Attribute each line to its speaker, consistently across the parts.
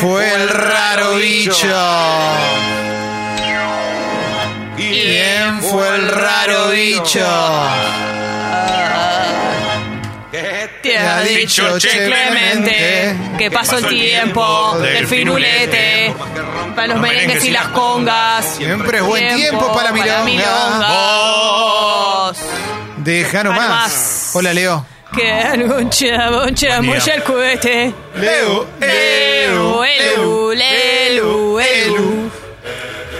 Speaker 1: fue el raro bicho? ¿Quién fue el raro bicho?
Speaker 2: Te ha dicho Che Clemente que pasó el tiempo del finulete para los merengues y las congas.
Speaker 1: Siempre es buen tiempo para
Speaker 2: para
Speaker 1: milonga.
Speaker 2: milongas.
Speaker 1: Deja nomás.
Speaker 2: Además.
Speaker 1: Hola, Leo.
Speaker 2: Que algún chavo chamulla el cohete.
Speaker 1: Leo,
Speaker 2: Leo, Elu, Lelu, Elu.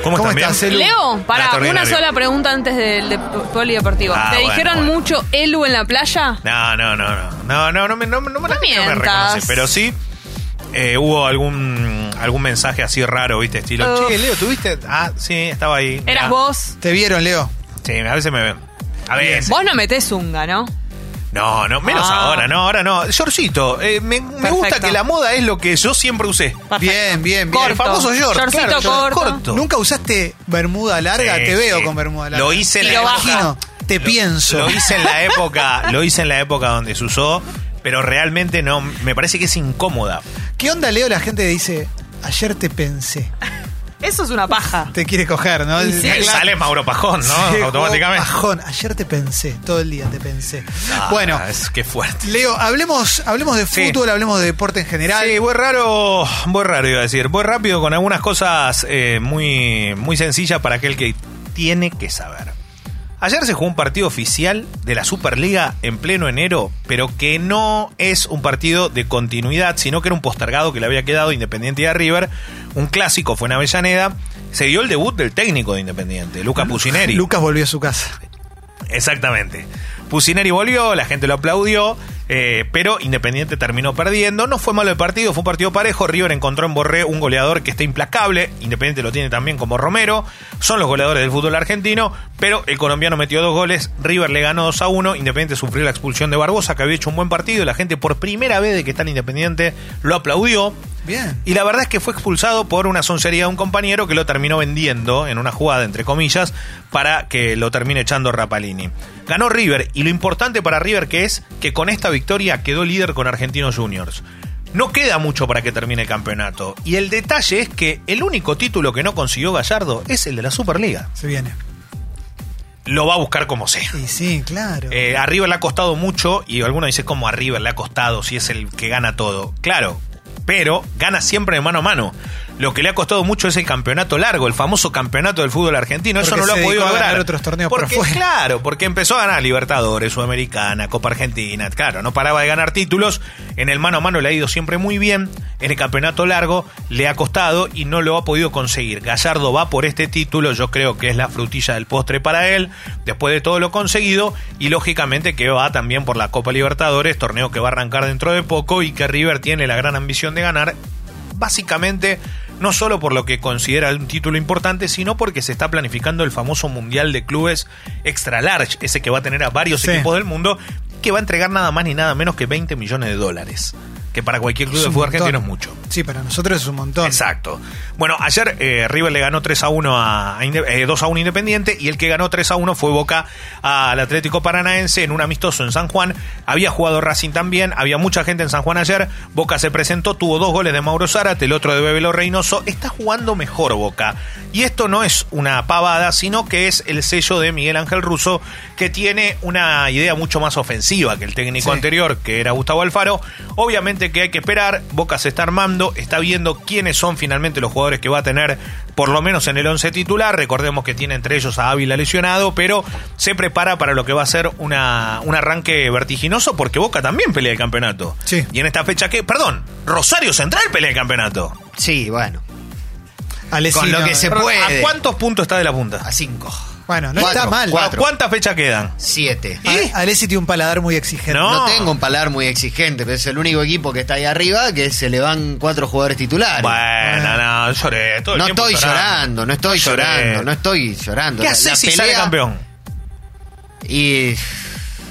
Speaker 3: ¿Cómo,
Speaker 1: ¿Cómo
Speaker 3: estás,
Speaker 1: estás,
Speaker 3: bien?
Speaker 1: Elu?
Speaker 2: Leo, para
Speaker 3: Está
Speaker 2: una
Speaker 3: ordinario.
Speaker 2: sola pregunta antes del de polideportivo.
Speaker 3: Ah,
Speaker 2: ¿Te
Speaker 3: bueno,
Speaker 2: dijeron
Speaker 3: bueno.
Speaker 2: mucho Elu en la playa?
Speaker 3: No, no, no, no. No, no, no me, no, me- no me-
Speaker 2: No
Speaker 3: no me
Speaker 2: mientas.
Speaker 3: reconoce. Pero sí eh, hubo algún algún mensaje así raro, ¿viste? Estilo,
Speaker 2: Uf.
Speaker 3: che, Leo, ¿tuviste? Ah, sí, estaba ahí.
Speaker 2: Oh. Eras
Speaker 3: Mirá.
Speaker 2: vos.
Speaker 1: Te vieron, Leo.
Speaker 3: Sí, a veces me ven. A veces.
Speaker 2: Vos no metés zunga, ¿no?
Speaker 3: No, no, menos
Speaker 2: Ah.
Speaker 3: ahora, no, ahora no. Yorcito, eh, me, me
Speaker 2: Perfecto.
Speaker 3: gusta que la moda es lo que yo siempre usé.
Speaker 1: Bien, bien, bien.
Speaker 2: Corto.
Speaker 1: El famoso short.
Speaker 2: Shortcito
Speaker 1: claro, short
Speaker 2: corto.
Speaker 1: Nunca usaste bermuda larga,
Speaker 3: Sí,
Speaker 1: te veo
Speaker 3: sí.
Speaker 1: con bermuda larga.
Speaker 3: Lo hice en
Speaker 2: Y lo
Speaker 3: la época.
Speaker 2: bajo.
Speaker 1: Imagino, te
Speaker 3: Lo-
Speaker 1: pienso.
Speaker 3: Lo hice en la época, lo hice en la época donde se usó, pero realmente no, me parece que es incómoda.
Speaker 1: ¿Qué onda, Leo? La gente dice, ayer te pensé.
Speaker 2: Eso es una paja.
Speaker 1: Te quiere coger, ¿no?
Speaker 2: Y sí,
Speaker 1: Eh,
Speaker 2: claro.
Speaker 3: Sale Mauro Pajón, ¿no?
Speaker 1: sí,
Speaker 3: Automáticamente.
Speaker 1: bajón. Ayer te pensé, todo el día te pensé.
Speaker 3: Ah,
Speaker 1: bueno,
Speaker 3: es que fuerte.
Speaker 1: Leo, hablemos, hablemos de
Speaker 3: Sí.
Speaker 1: fútbol, hablemos de deporte en general.
Speaker 3: Sí, voy raro, voy raro iba a decir, voy rápido con algunas cosas eh, muy, muy sencillas para aquel que tiene que saber. Ayer se jugó un partido oficial de la Superliga en pleno enero, pero que no es un partido de continuidad, sino que era un postergado que le había quedado Independiente y a River. Un clásico fue en Avellaneda. Se dio el debut del técnico de Independiente, Ah, Luca Pucineri.
Speaker 1: Lucas volvió a su casa.
Speaker 3: Exactamente. Pusineri volvió, la gente lo aplaudió, eh, pero Independiente terminó perdiendo. No fue malo el partido, fue un partido parejo. River encontró en Borré un goleador que está implacable. Independiente lo tiene también como Romero. Son los goleadores del fútbol argentino, pero el colombiano metió dos goles. River le ganó 2 a 1. Independiente sufrió la expulsión de Barbosa, que había hecho un buen partido. y La gente, por primera vez de que está en Independiente, lo aplaudió.
Speaker 1: Bien.
Speaker 3: Y la verdad es que fue expulsado por una soncería de un compañero que lo terminó vendiendo en una jugada, entre comillas, para que lo termine echando Rapalini. Ganó River y lo importante para River que es que con esta victoria quedó líder con Argentinos Juniors. No queda mucho para que termine el campeonato. Y el detalle es que el único título que no consiguió Gallardo es el de la Superliga.
Speaker 1: Se viene.
Speaker 3: Lo va a buscar como sea.
Speaker 1: Y sí, claro.
Speaker 3: Eh, a River le ha costado mucho y algunos dicen como a River le ha costado si es el que gana todo. Claro, pero gana siempre de mano a mano. Lo que le ha costado mucho es el campeonato largo, el famoso campeonato del fútbol argentino. Eso
Speaker 1: Porque
Speaker 3: no lo
Speaker 1: se
Speaker 3: ha podido
Speaker 1: dedicó a
Speaker 3: lograr.
Speaker 1: ganar otros torneos por
Speaker 3: porque,
Speaker 1: fuera.
Speaker 3: Claro, porque empezó a ganar Libertadores, Sudamericana, Copa Argentina. Claro, no paraba de ganar títulos. En el mano a mano le ha ido siempre muy bien. En el campeonato largo le ha costado y no lo ha podido conseguir. Gallardo va por este título. Yo creo que es la frutilla del postre para él. Después de todo lo conseguido. Y lógicamente que va también por la Copa Libertadores, torneo que va a arrancar dentro de poco y que River tiene la gran ambición de ganar básicamente no solo por lo que considera un título importante, sino porque se está planificando el famoso Mundial de Clubes Extra Large, ese que va a tener a varios
Speaker 1: Sí.
Speaker 3: equipos del mundo, que va a entregar nada más ni nada menos que 20 millones de dólares, que para cualquier club
Speaker 1: Es
Speaker 3: de
Speaker 1: un
Speaker 3: fútbol
Speaker 1: montón.
Speaker 3: argentino es mucho.
Speaker 1: Sí, para nosotros es un montón.
Speaker 3: Exacto. Bueno, ayer eh, River le ganó 3 a 1 a, a Inde- eh, 2 a 1 Independiente y el que ganó 3 a 1 fue Boca al Atlético Paranaense en un amistoso en San Juan. Había jugado Racing también, había mucha gente en San Juan ayer. Boca se presentó, tuvo dos goles de Mauro Zárate, el otro de Bebelo Reynoso. Está jugando mejor Boca. Y esto no es una pavada, sino que es el sello de Miguel Ángel Russo, que tiene una idea mucho más ofensiva que el
Speaker 1: Sí.
Speaker 3: técnico anterior anterior, que era Gustavo Alfaro. Obviamente que hay que esperar, Boca se está armando, está viendo quiénes son finalmente los jugadores que va a tener, por lo menos en el 11 titular. Recordemos que tiene entre ellos a Ávila lesionado, pero se prepara para lo que va a ser una, un arranque vertiginoso, porque Boca también pelea el campeonato.
Speaker 1: Sí.
Speaker 3: Y en esta fecha que, perdón, Rosario Central pelea el campeonato.
Speaker 4: Sí, bueno.
Speaker 1: Alessio,
Speaker 4: Con lo que se puede.
Speaker 3: ¿A cuántos puntos está de la punta?
Speaker 4: A cinco.
Speaker 1: Bueno, no
Speaker 4: Cuatro,
Speaker 1: está mal.
Speaker 4: cuatro.
Speaker 3: ¿A cuántas fechas quedan?
Speaker 4: Siete.
Speaker 1: Ale- Alessi tiene un paladar muy exigente.
Speaker 3: No.
Speaker 4: No tengo un paladar muy exigente, pero es el único equipo que está ahí arriba que se le van cuatro jugadores titulares.
Speaker 3: Bueno, no, lloré. Todo el
Speaker 4: Ah. no
Speaker 3: tiempo
Speaker 4: estoy llorando, no estoy
Speaker 3: Lloré.
Speaker 4: llorando, no estoy llorando.
Speaker 3: ¿Qué
Speaker 4: La-
Speaker 3: haces
Speaker 4: la
Speaker 3: si sale
Speaker 4: pelea-
Speaker 3: campeón?
Speaker 4: Y
Speaker 3: Eh.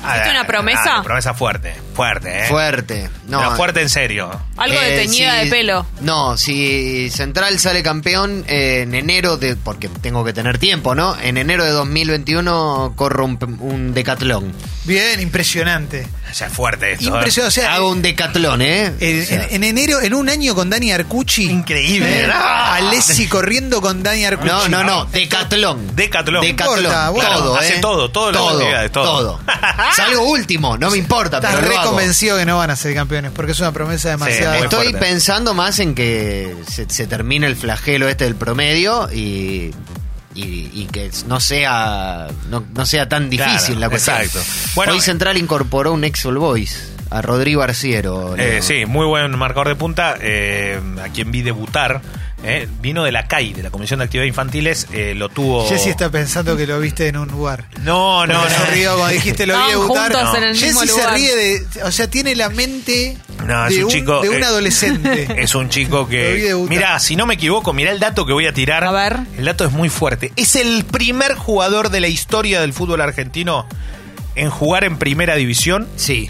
Speaker 2: ¿Hiciste una promesa?
Speaker 3: ah, promesa fuerte. Fuerte, ¿eh?
Speaker 4: Fuerte. No,
Speaker 3: Pero fuerte en serio.
Speaker 2: Algo de
Speaker 4: Eh,
Speaker 2: teñida
Speaker 4: si-
Speaker 2: de pelo.
Speaker 4: No, si Central sale campeón eh, en enero de. Porque tengo que tener tiempo, ¿no? En enero de 2021 corro un, un decatlón.
Speaker 1: Bien, impresionante.
Speaker 3: O sea, fuerte esto. ¿eh?
Speaker 1: Impresionante. O sea,
Speaker 4: Hago un decatlón, ¿eh?
Speaker 1: en,
Speaker 4: O sea,
Speaker 1: en- en enero, en un año con Dani Arcucci.
Speaker 3: Increíble. Ah.
Speaker 1: A Alessi corriendo con Dani Arcucci.
Speaker 4: no, no, no, decatlón.
Speaker 3: Decatlón.
Speaker 4: Decatlón.
Speaker 1: Importa, bueno.
Speaker 4: todo,
Speaker 3: Hace
Speaker 4: ¿eh?
Speaker 3: todo, todas las actividades, todo.
Speaker 4: todo. Salgo último, no me importa,
Speaker 1: Estás
Speaker 4: pero lo
Speaker 1: re
Speaker 4: hago.
Speaker 1: convencido que no van a ser campeones porque es una promesa demasiado.
Speaker 3: muy
Speaker 4: Estoy
Speaker 3: fuerte.
Speaker 4: pensando más en que se, se termine el flagelo este del promedio y, y, y que no sea no, no sea tan difícil
Speaker 3: Claro,
Speaker 4: la cuestión.
Speaker 3: exacto. Bueno,
Speaker 4: Hoy Central incorporó un ex All Boys a Rodrigo Arciero.
Speaker 3: Eh,
Speaker 4: Leo.
Speaker 3: sí, muy buen marcador de punta, eh, a quien vi debutar. eh, vino de la CAI, de la Comisión de Actividades Infantiles, eh, lo tuvo...
Speaker 1: Jessy está pensando que lo viste en un lugar.
Speaker 3: No, no,
Speaker 1: No,
Speaker 3: no.
Speaker 1: cuando dijiste lo vi
Speaker 2: Estaban
Speaker 1: debutar.
Speaker 2: juntos en el
Speaker 1: Jessy
Speaker 2: mismo
Speaker 1: se
Speaker 2: lugar.
Speaker 1: ríe de. O sea, tiene la mente
Speaker 3: No, es
Speaker 1: de,
Speaker 3: un
Speaker 1: un,
Speaker 3: chico,
Speaker 1: de un
Speaker 3: eh,
Speaker 1: adolescente.
Speaker 3: Es un chico
Speaker 1: Lo vi
Speaker 3: que...
Speaker 1: debutar.
Speaker 3: Mirá, si no me equivoco, mirá el dato que voy a tirar.
Speaker 2: A ver.
Speaker 3: El dato es muy fuerte. Es el primer jugador de la historia del fútbol argentino en jugar en primera división
Speaker 4: Sí.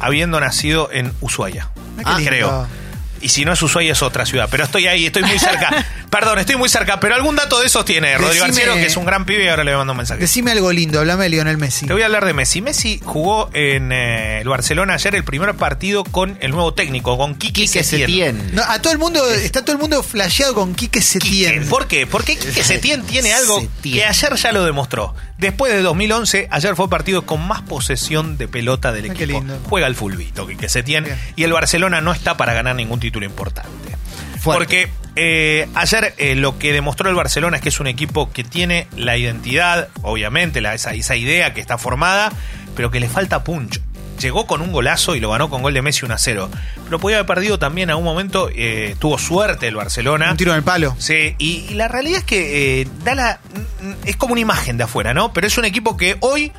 Speaker 3: habiendo nacido en Ushuaia.
Speaker 1: Ah, qué lindo.
Speaker 3: creo. Y si no es Ushuaia es otra ciudad, pero estoy ahí, estoy muy cerca. Perdón, estoy muy cerca, pero algún dato de esos tiene Rodrigo
Speaker 1: Decime-
Speaker 3: Arciero, que es un gran pibe y ahora le mando un mensaje.
Speaker 1: Decime algo lindo, hablame de Lionel Messi.
Speaker 3: Te voy a hablar de Messi. Messi jugó en eh, el Barcelona ayer el primer partido con el nuevo técnico, con Kiki
Speaker 4: Quique Setién.
Speaker 1: No, a todo el mundo, está todo el mundo flasheado con Quique
Speaker 3: Quique.
Speaker 1: Setién.
Speaker 3: ¿Por qué? Porque Quique Setién tiene algo
Speaker 4: Setién.
Speaker 3: que ayer ya lo demostró. Después de 2011, ayer fue partido con más posesión de pelota del
Speaker 1: Ah,
Speaker 3: equipo.
Speaker 1: qué lindo.
Speaker 3: Juega el fulbito Quique Setién
Speaker 1: Bien.
Speaker 3: y el Barcelona no está para ganar ningún título importante.
Speaker 4: Fuerte.
Speaker 3: Porque eh, ayer eh, lo que demostró el Barcelona es que es un equipo que tiene la identidad, obviamente, la- esa, esa idea que está formada, pero que le falta punch. Llegó con un golazo y lo ganó con gol de Messi 1 a 0. Pero podía haber perdido también a un momento. eh, tuvo suerte el Barcelona.
Speaker 1: Un tiro en el palo.
Speaker 3: Sí, y, y la realidad es que eh, da la- mm, mm, es como una imagen de afuera, ¿no? Pero es un equipo que hoy,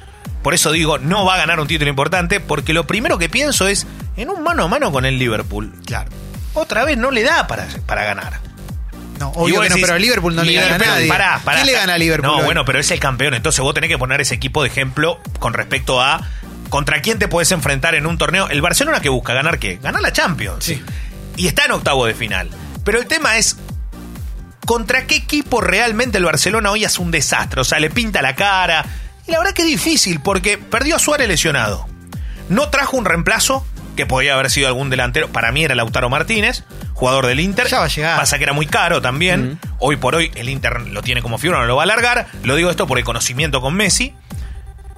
Speaker 3: por eso digo, no va a ganar un título importante, porque lo primero que pienso es en un mano a mano con el Liverpool. Claro. Otra vez no le da para, para ganar.
Speaker 1: No,
Speaker 3: Y
Speaker 1: obvio
Speaker 3: vos
Speaker 1: que no,
Speaker 3: decís,
Speaker 1: pero a Liverpool no le gana a
Speaker 3: Liverpool,
Speaker 1: nadie.
Speaker 3: pará, pará.
Speaker 1: ¿Quién le gana a Liverpool?
Speaker 3: No,
Speaker 1: hoy?
Speaker 3: bueno, pero es el campeón, entonces vos tenés que poner ese equipo de ejemplo con respecto a contra quién te podés enfrentar en un torneo. El Barcelona que busca ganar qué? Ganar la Champions.
Speaker 1: Sí.
Speaker 3: Y está en octavo de final. Pero el tema es ¿Contra qué equipo realmente el Barcelona hoy hace un desastre? O sea, le pinta la cara. Y la verdad que es difícil, porque perdió a Suárez lesionado. No trajo un reemplazo, que podía haber sido algún delantero. Para mí era Lautaro Martínez, jugador del Inter.
Speaker 1: Ya va a llegar.
Speaker 3: Pasa que era muy caro también. Hoy por hoy el Inter lo tiene como figura, no lo va a alargar. Lo digo esto por el conocimiento con Messi.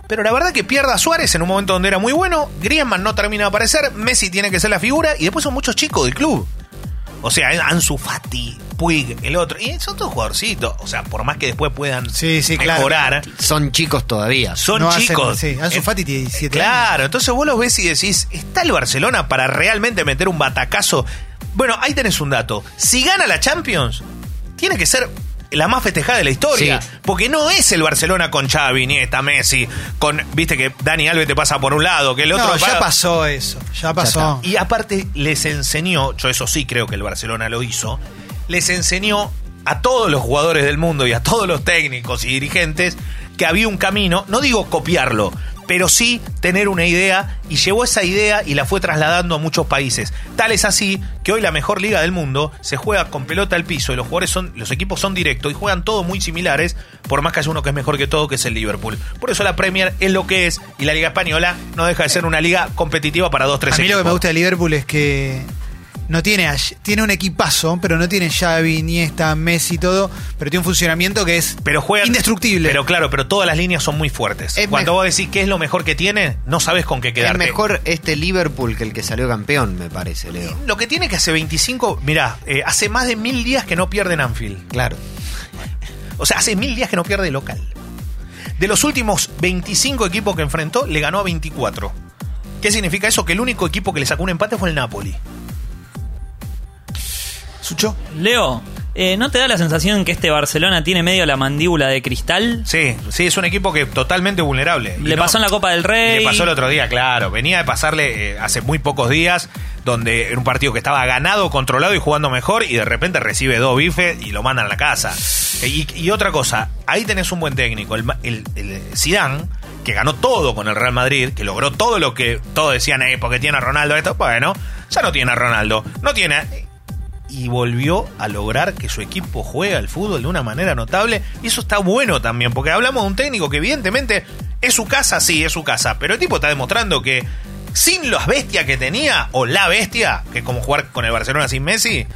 Speaker 3: Pero la verdad que pierda a Suárez en un momento donde era muy bueno. Griezmann no termina de aparecer. Messi tiene que ser la figura. Y después son muchos chicos del club. O sea, Ansu Fati, Puig, el otro. Y son todos jugadorcitos. O sea, por más que después puedan
Speaker 1: Sí, sí, claro.
Speaker 3: mejorar,
Speaker 4: Son chicos todavía.
Speaker 3: son
Speaker 1: No hacen-
Speaker 3: chicos.
Speaker 1: sí, Ansu
Speaker 3: Eh,
Speaker 1: Fati tiene 17
Speaker 3: Claro, entonces vos los ves y decís, ¿está el Barcelona para realmente meter un batacazo? Bueno, ahí tenés un dato. Si gana la Champions, tiene que ser la más festejada de la historia.
Speaker 4: Sí.
Speaker 3: Porque no es el Barcelona con Xavi, Nieta, Messi, con, viste que Dani Alves te pasa por un lado, que el otro...
Speaker 1: no, ya
Speaker 3: va-
Speaker 1: pasó eso. Ya pasó.
Speaker 3: y aparte les enseñó, yo eso sí creo que el Barcelona lo hizo, les enseñó a todos los jugadores del mundo y a todos los técnicos y dirigentes que había un camino, no digo copiarlo, pero sí tener una idea y llevó esa idea y la fue trasladando a muchos países. Tal es así que hoy la mejor liga del mundo se juega con pelota al piso y los jugadores son los equipos son directos y juegan todos muy similares, por más que haya uno que es mejor que todo que es el Liverpool. Por eso la Premier es lo que es y la Liga española no deja de ser una liga competitiva para dos tres
Speaker 1: A mí lo que
Speaker 3: equipos.
Speaker 1: me gusta de Liverpool es que no tiene a- tiene un equipazo, pero no tiene Xavi, Iniesta, Messi y todo, pero tiene un funcionamiento que es
Speaker 3: Pero juegan.
Speaker 1: indestructible.
Speaker 3: Pero claro, pero todas las líneas son muy fuertes.
Speaker 4: Es
Speaker 3: Cuando
Speaker 4: mej-
Speaker 3: vos decís qué es lo mejor que tiene, no sabes con qué
Speaker 4: Es
Speaker 3: quedarte.
Speaker 4: mejor este Liverpool que el que salió campeón, me parece, Leo.
Speaker 3: Lo que tiene que hace 25, mirá, eh, hace más de mil días que no pierden Anfield.
Speaker 4: Claro.
Speaker 3: O sea, hace mil días que no pierde local. De los últimos 25 equipos que enfrentó, le ganó a 24. ¿Qué significa eso? Que el único equipo que le sacó un empate fue el Napoli.
Speaker 1: Sucho,
Speaker 5: Leo, eh, ¿no te da la sensación que este Barcelona tiene medio la mandíbula de cristal?
Speaker 3: Sí, sí, es un equipo que totalmente vulnerable. Y
Speaker 5: Le
Speaker 3: no-
Speaker 5: pasó en la Copa del Rey.
Speaker 3: Le pasó el otro día, claro. Venía de pasarle eh, hace muy pocos días, donde era un partido que estaba ganado, controlado y jugando mejor, y de repente recibe dos bifes y lo mandan a la casa. Eh, Y, y otra cosa, ahí tenés un buen técnico, el, ma- el, el Zidane, que ganó todo con el Real Madrid, que logró todo lo que todos decían, eh, porque tiene a Ronaldo esto, bueno, ya no tiene a Ronaldo, no tiene... a- Y volvió a lograr que su equipo juegue al fútbol de una manera notable. Y eso está bueno también, porque hablamos de un técnico que evidentemente es su casa, sí, es su casa, pero el tipo está demostrando que sin las bestias que tenía, o la bestia, que es como jugar con el Barcelona sin Messi,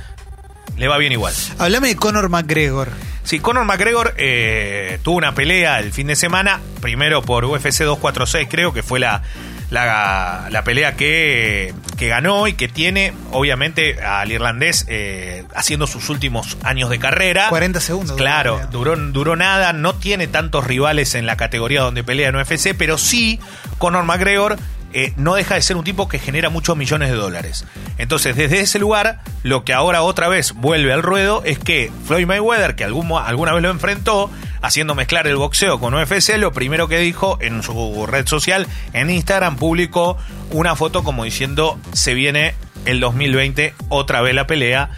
Speaker 3: le va bien igual.
Speaker 1: Hablame de Conor McGregor.
Speaker 3: Sí, Conor McGregor eh, tuvo una pelea el fin de semana, primero por UFC 246 creo que fue la, la, la pelea que, que ganó y que tiene obviamente al irlandés eh, haciendo sus últimos años de carrera.
Speaker 1: 40 segundos.
Speaker 3: Claro,
Speaker 1: Duró.
Speaker 3: duró, duró nada, no tiene tantos rivales en la categoría donde pelea en UFC, pero sí Conor McGregor eh, no deja de ser un tipo que genera muchos millones de dólares. Entonces, desde ese lugar, lo que ahora otra vez vuelve al ruedo es que Floyd Mayweather, que algún mo- alguna vez lo enfrentó, haciendo mezclar el boxeo con UFC, lo primero que dijo en su red social, en Instagram, publicó una foto como diciendo, se viene el 2020, otra vez la pelea.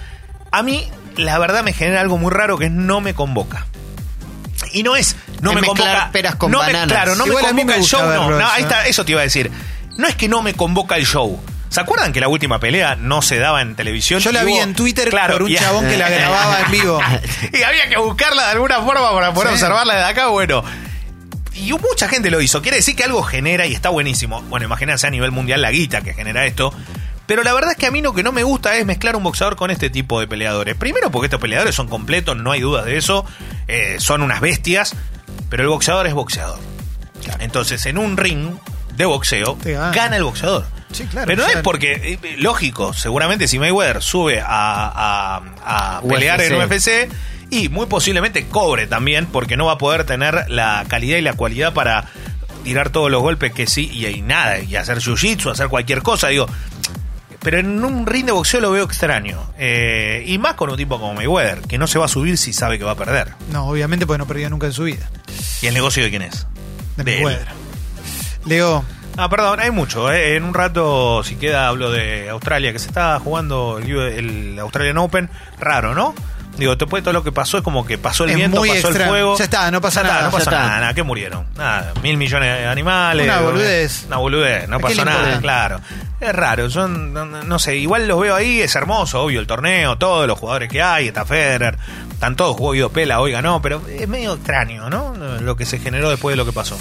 Speaker 3: A mí, la verdad, me genera algo muy raro que es no me convoca. Y no es, no
Speaker 4: Es
Speaker 3: me
Speaker 4: mezclar
Speaker 3: convoca.
Speaker 4: peras con
Speaker 3: no me-
Speaker 4: bananas.
Speaker 3: claro, no
Speaker 1: Igual
Speaker 3: me
Speaker 1: a mí
Speaker 3: convoca
Speaker 1: me
Speaker 3: el
Speaker 1: gusta
Speaker 3: show, no.
Speaker 1: verlo
Speaker 3: No,
Speaker 1: eso,
Speaker 3: ahí
Speaker 1: ¿eh?
Speaker 3: está, eso te iba a decir. No es que no me convoca el show. ¿Se acuerdan que la última pelea no se daba en televisión?
Speaker 1: Yo la
Speaker 3: Y
Speaker 1: vi
Speaker 3: hubo-
Speaker 1: en Twitter
Speaker 3: Claro,
Speaker 1: por un
Speaker 3: y-
Speaker 1: chabón que la grababa en vivo.
Speaker 3: y había que buscarla de alguna forma para poder
Speaker 1: Sí.
Speaker 3: observarla de acá, bueno. Y mucha gente lo hizo. Quiere decir que algo genera y está buenísimo. Bueno, imagínense a nivel mundial la guita que genera esto. Pero la verdad es que a mí lo que no me gusta es mezclar un boxeador con este tipo de peleadores. Primero porque estos peleadores son completos, no hay dudas de eso. Eh, son unas bestias. Pero el boxeador es boxeador. Entonces, en un ring de boxeo,
Speaker 1: Te gana.
Speaker 3: gana el boxeador.
Speaker 1: Sí, claro,
Speaker 3: Pero no
Speaker 1: ya
Speaker 3: es
Speaker 1: el-
Speaker 3: porque, eh, lógico, seguramente si Mayweather sube a, a- a pelear en
Speaker 4: UFC.
Speaker 3: UFC y muy posiblemente cobre también porque no va a poder tener la calidad y la cualidad para tirar todos los golpes que sí y, y nada, y hacer jiu-jitsu, hacer cualquier cosa, digo. Pero en un ring de boxeo lo veo extraño. Eh, y más con un tipo como Mayweather, que no se va a subir si sabe que va a perder.
Speaker 1: No, obviamente, porque no perdió nunca en su vida.
Speaker 3: ¿Y el negocio de quién es?
Speaker 1: De
Speaker 3: De él.
Speaker 1: Mayweather. Leo,
Speaker 3: Ah, perdón, hay mucho. eh. En un rato, si queda, hablo de Australia, que se está jugando el, U- el Australian Open. Raro, ¿no? Digo, después de todo lo que pasó es como que pasó el
Speaker 1: Es
Speaker 3: viento,
Speaker 1: muy
Speaker 3: pasó
Speaker 1: extra-
Speaker 3: el fuego.
Speaker 1: ya está, no pasa
Speaker 3: Ya está,
Speaker 1: nada,
Speaker 3: No pasó
Speaker 4: ya está.
Speaker 3: nada, nada, que murieron. Nada, mil millones de animales.
Speaker 1: Una
Speaker 3: eh,
Speaker 1: boludez.
Speaker 3: Una boludez, no
Speaker 1: ¿A quién
Speaker 3: pasó
Speaker 1: le
Speaker 3: nada,
Speaker 1: importa?
Speaker 3: claro. Es raro, son, no, no- no sé, igual los veo ahí, es hermoso, obvio, el torneo, todos los jugadores que hay, está Federer, están todos, jugó Guido Pela, hoy ganó, pero es medio extraño, ¿no? Lo que se generó después de lo que pasó.